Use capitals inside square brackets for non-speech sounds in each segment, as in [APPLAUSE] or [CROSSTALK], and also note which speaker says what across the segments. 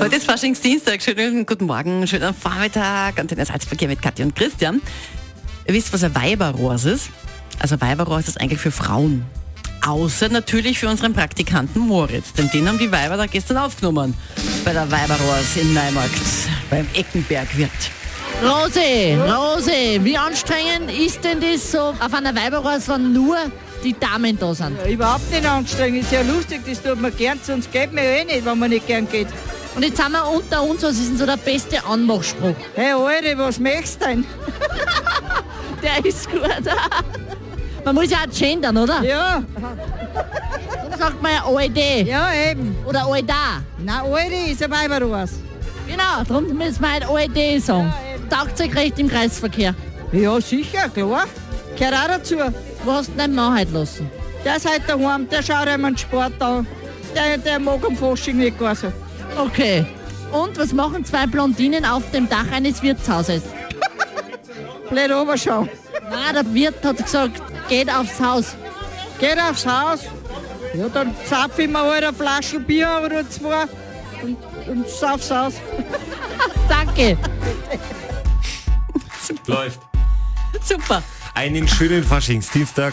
Speaker 1: Heute ist Faschingsdienstag. Schönen guten Morgen, schönen Vormittag. Antenne Salzburg hier mit Katja und Christian. Ihr wisst, was ein Weiberrohrs ist? Also Weiberrohrs ist eigentlich für Frauen. Außer natürlich für unseren Praktikanten Moritz, denn den haben die Weiber da gestern aufgenommen. Bei der Weiberrohrs in Neumarkt, beim Eckenbergwirt.
Speaker 2: Rose, Rose, wie anstrengend ist denn das so auf einer Weiberreise, wenn nur die Damen da sind?
Speaker 3: Ja, Überhaupt nicht anstrengend, ist ja lustig, das tut man gern, sonst geht mir eh nicht, wenn man nicht gern geht.
Speaker 2: Und jetzt sind wir unter uns, was ist denn so der beste Anmachspruch?
Speaker 3: Hey Alte, was möchtest denn?
Speaker 2: Der ist gut. [LAUGHS] Man muss ja auch gendern, oder?
Speaker 3: Ja,
Speaker 2: Dann sagt man ja Alte
Speaker 3: ja eben.
Speaker 2: oder Alda.
Speaker 3: Na Alte ist ein Weiberrohrs.
Speaker 2: Genau, darum müssen wir halt Alte sagen.
Speaker 3: Ja, eben.
Speaker 2: Taugt sich recht im Kreisverkehr.
Speaker 3: Ja sicher, klar. Gehört auch dazu.
Speaker 2: Wo hast du deinen Mann heute lassen?
Speaker 3: Der ist halt daheim, der schaut einem den Sport an. Der, der mag am Fasching nicht gar so.
Speaker 2: Okay. Und was machen zwei Blondinen auf dem Dach eines Wirtshauses?
Speaker 3: Blöd runterschauen.
Speaker 2: Na, der Wirt hat gesagt, geht aufs Haus.
Speaker 3: Geht aufs Haus. Ja, dann zapfe ich mir halt eine Flasche Bier oder zwei und, und sauf's aus.
Speaker 2: Danke.
Speaker 4: Läuft.
Speaker 1: Super.
Speaker 4: Einen schönen [LAUGHS] Faschingsdienstag.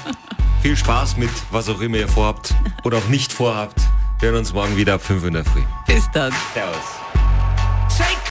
Speaker 4: Viel Spaß mit was auch immer ihr vorhabt oder auch nicht vorhabt. Wir hören uns morgen wieder ab 5 in der Früh.
Speaker 1: Bis dann.
Speaker 4: Servus.